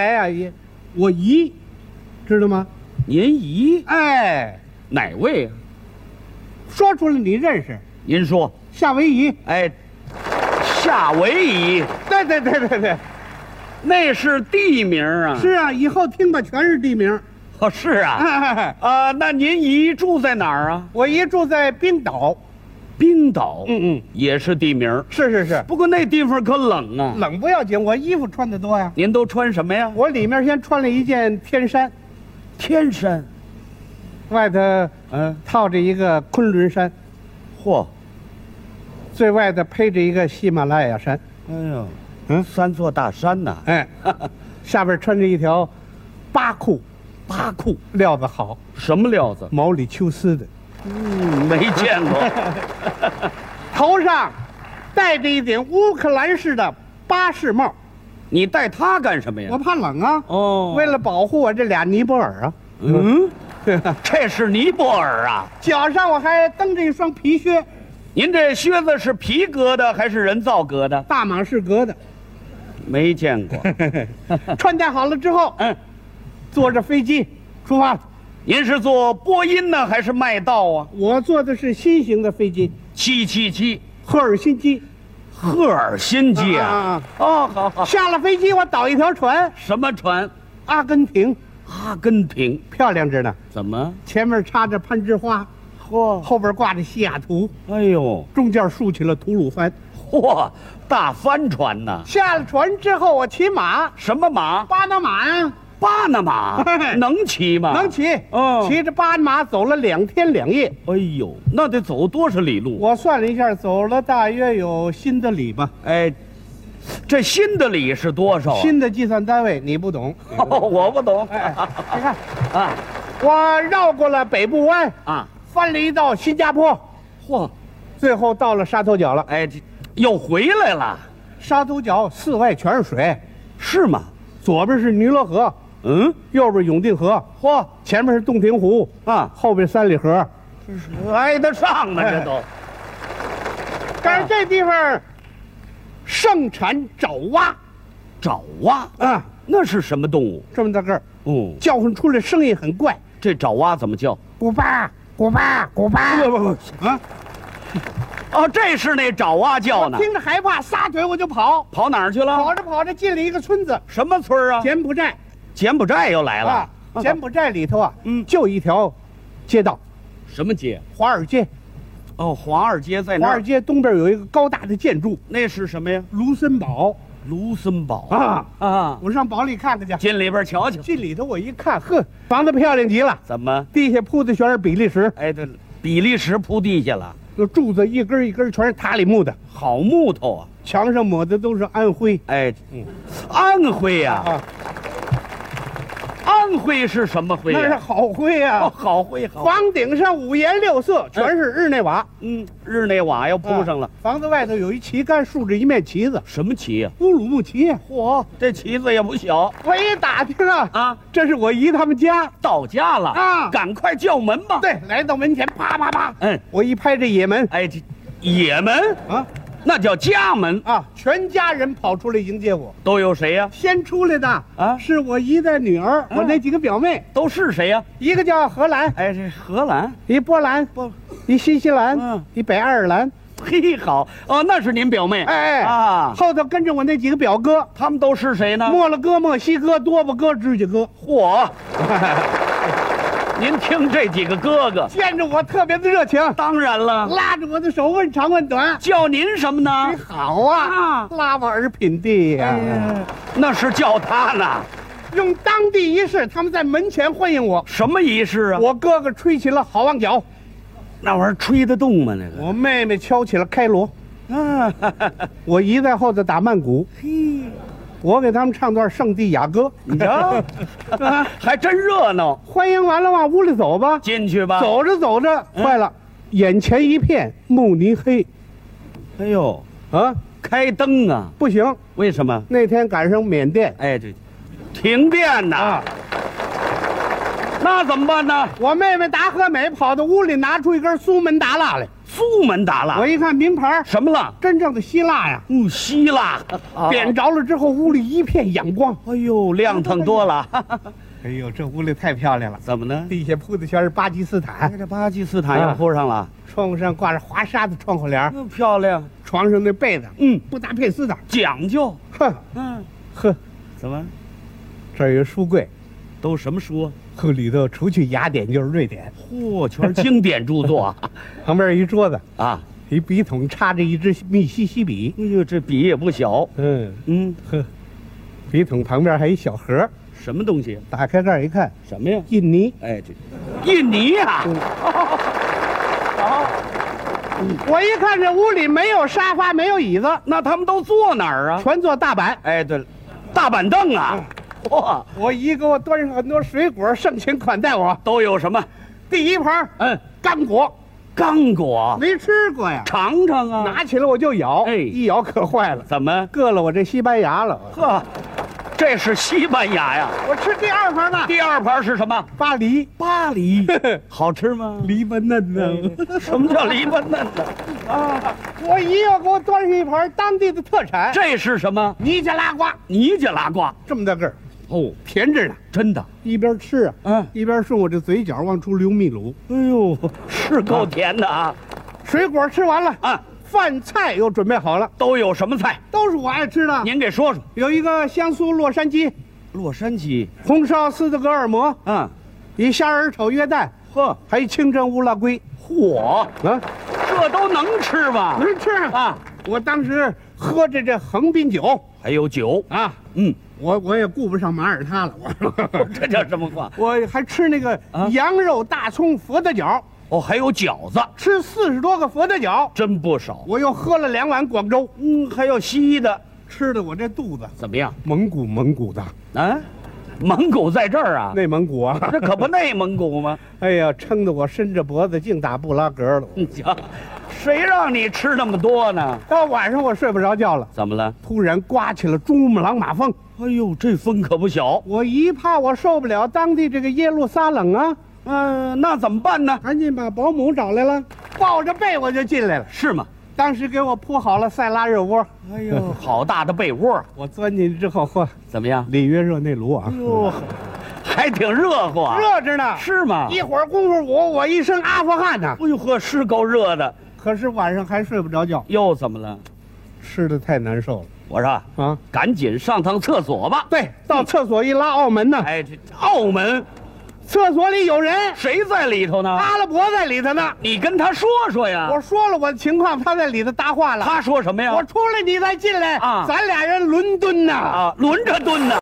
哎呀，姨，我姨，知道吗？您姨哎，哪位啊？说出来你认识，您说，夏威夷。哎，夏威夷对对对对对，那是地名啊。是啊，以后听的全是地名。哦，是啊。哎，啊，那您姨住在哪儿啊？我姨住在冰岛。冰岛，嗯嗯，也是地名。是是是，不过那地方可冷啊。冷不要紧，我衣服穿的多呀。您都穿什么呀？我里面先穿了一件天衫，天山。外头嗯，套着一个昆仑山，嚯，最外头披着一个喜马拉雅山。哎呦，嗯，三座大山呐、哎，下边穿着一条八裤，八库料子好，什么料子？毛里求斯的。嗯，没见 过。头上戴着一顶乌克兰式的巴士帽，你带它干什么呀我？怕冷啊。哦为了保护我这俩尼泊尔啊， 嗯，这是尼泊尔啊！脚上我还蹬着一双皮靴，您这靴子是皮革的还是人造革的？大马士 革的。没 见过。穿戴好了之后，嗯，坐着飞机出发了。您是坐波音呢还是麦道啊？我坐的是新型的飞机，七七七，赫尔辛基。赫尔辛基啊！哦，好好。下了飞机，我倒一条船，什么船？阿根廷，阿根廷？漂亮着呢。怎么？前面插着攀枝花，嚯！后边挂着西雅图，哎呦，中间竖起了吐鲁番。嚯，大帆船呐！下了船之后，我骑马，什么马？巴拿马啊呀、巴拿马能骑吗？能。骑。哦骑着巴拿马走了两天两夜，哎呦，那得走多少里路？我算了一下，走了大约有新的里吧。哎，这新的里是多少啊？新的计算单位你不懂，哦， 我不懂。哎， 你看， 啊我绕过了北部湾，啊，翻了一道新加坡，嚯，最后到了沙头角了。哎，这又回来了，沙头角四外全是水，是吗？左边是尼罗河，嗯，右边永定河，嚯前面是洞庭湖，啊，后边三里河。哎挨得上吗？这都但是这地方盛产爪哇爪哇，啊，那是什么动物？这么大个儿，哦，叫唤出来声音很怪，这爪哇怎么叫？古巴古巴古巴。不不不啊！哦，这是那爪哇叫呢。听着害怕，撒腿我就跑，跑哪儿去了跑？着跑着进了一个村子，什么村儿啊？柬埔寨。柬埔寨又来啊了。，柬埔寨里头啊，嗯就一条街道，什么街？华尔街。哦，华尔街在华那尔儿。街东边有一个高大的建筑那是什么呀？卢森堡卢森堡啊，啊，我上堡里看看去。进里边瞧瞧。进里头我一看，呵，房子漂亮极了，怎么？地下铺的全是比利时，哎，这比利时铺地下了，那柱子一根一根全是塔里木的，好木头啊！墙上抹的都是安徽哎，安徽呀、啊，安徽是什么徽那是呀、好灰哦，啊。好徽好。房顶上五颜六色，全是日内瓦，嗯，日内瓦要铺上了，哎啊房子外头有一旗杆，竖着一面旗子，什么旗呀、乌鲁木齐。嚯，这旗子也不小我一打听啊，啊！这是我姨他们家。到家了啊赶快叫门吧。，对，来到门前，啪啪啪，嗯，我一拍这野门，哎，这也门啊那叫家门，啊，全家人跑出来迎接我。都有谁呀、先出来的啊是我姨的女儿，我那几个表妹，都是谁呀、一个叫荷兰，哎，这荷兰， 一波兰，波一新西兰，嗯一北爱尔兰。嘿，好哦，那是您表妹。哎哎啊，后头跟着我那几个表哥，他们都是谁呢？墨了哥、墨西哥、多巴哥、指甲哥，嚯！ 您听这几个哥哥，见着我特别的热情，当然了，拉着我的手问长问短。叫您什么你呢？好啊，啊哎拉我儿品弟呀、那是叫他呢。用当地仪式，他们在门前欢迎我。什么仪式啊？我哥哥吹起了好望角，那玩意儿吹得动吗？那个我妹妹敲起了开锣，啊， 我姨在后头打曼谷，嘿，我给他们唱段《圣地亚哥》，你瞧，还真热闹。 欢迎完了往屋里走吧。进去吧。。走着走着，嗯坏了，眼前一片慕尼黑，哎呦，啊，开灯啊？不行！为什么？那天赶上缅甸哎，这停电呐、啊，那怎么办呢？我妹妹达和美跑到屋里拿出一根苏门答腊来，苏苏门答我腊，一看名牌儿，什么了？真正的希腊呀，嗯，希腊。点着了之后，屋里一片阳光。哎呦，亮堂多了。哎呦，这屋里太漂亮了，怎么呢？地下铺的全是巴基斯坦，哎，这巴基斯坦要铺上了，窗户上挂着华沙的窗户帘儿，那漂亮。床上那被子嗯，布达佩斯的。讲究。哼嗯，呵，怎么这儿有书柜，都什么书啊？呵里头除去雅典就是瑞典。嚯，全是经典著作啊旁边一桌子，啊！一笔筒插着一支密西西比。哎呦，这笔也不小。嗯，嗯，呵，笔筒旁边还一小盒儿，什么东西？打开这儿一看，什么呀？印尼。哎，这印尼啊呀、我一看这屋里没有沙发，没有椅子，那他们都坐哪儿啊？全坐大板。哎，对了，大板凳啊！哇，我姨给我端上很多水果，盛情款待我。都有什么？第一盘儿嗯，干果，刚果，没吃过呀，尝尝啊！拿起来我就咬，哎一咬可坏了，怎么？硌了我这西班牙了。呵，这是西班牙呀。我吃第二盘了，第二盘是什么？巴黎，啊巴 黎，哎好吃吗？梨巴嫩呢。什么叫黎巴嫩呢？啊，我姨要给我端上一盘当地的特产，这是什么？尼加拉瓜，尼加拉瓜这么大个儿，哦，甜着呢。真的，一边吃啊，嗯一边顺我这嘴角往出流秘鲁。哎呦，是够甜的啊水果吃完了，啊！饭菜又准备好了，都有什么菜？都是我爱吃的。您给说说。有一个香酥洛杉矶洛杉矶红烧斯德哥尔摩，啊，一虾仁炒约旦，呵，还有清蒸乌拉圭嚯，啊，这都能吃吗？能吃啊！啊，我当时喝着这横滨酒还有酒，啊，嗯，我我也顾不上马耳他了，我这叫什么话？我还吃那个啊羊肉大葱佛的饺，哦，还有饺子，吃四十多个佛的饺，真不少。我又喝了两碗广州，嗯，还有西的，吃的我这肚子怎么样？蒙古蒙古的，啊，蒙古在这儿啊？内蒙古啊，这可不内蒙古吗？ 哎呀，撑得我伸着脖子净打布拉格了。你瞧，谁让你吃那么多呢？到晚上我睡不着觉了，怎么了？突然刮起了珠穆朗玛峰。哎呦，这风可不小。我一怕我受不了当地这个耶路撒冷啊，嗯、那怎么办呢？赶紧把保姆找来了，抱着被我就进来了。是吗？当时给我铺好了塞拉热窝，哎呦，好大的被窝，我钻进去之后，嚯，怎么样？里约热内卢啊，哟，还挺哎热乎啊。热着呢。是吗？一会儿功夫我我一身阿富汗呢。哎呦呵，是够热的。可是晚上还睡不着觉，又怎么了？吃的太难受我说，了啊。赶紧上趟厕所吧。对，到厕所一拉，澳门呢，哎，这澳门厕所里有人，谁在里头呢？阿拉伯在里头呢。你跟他说说呀。我说了我的情况，他在里头搭话了。他说什么呀？我出来，你再进来啊咱俩人伦敦呐。啊，轮着蹲呢。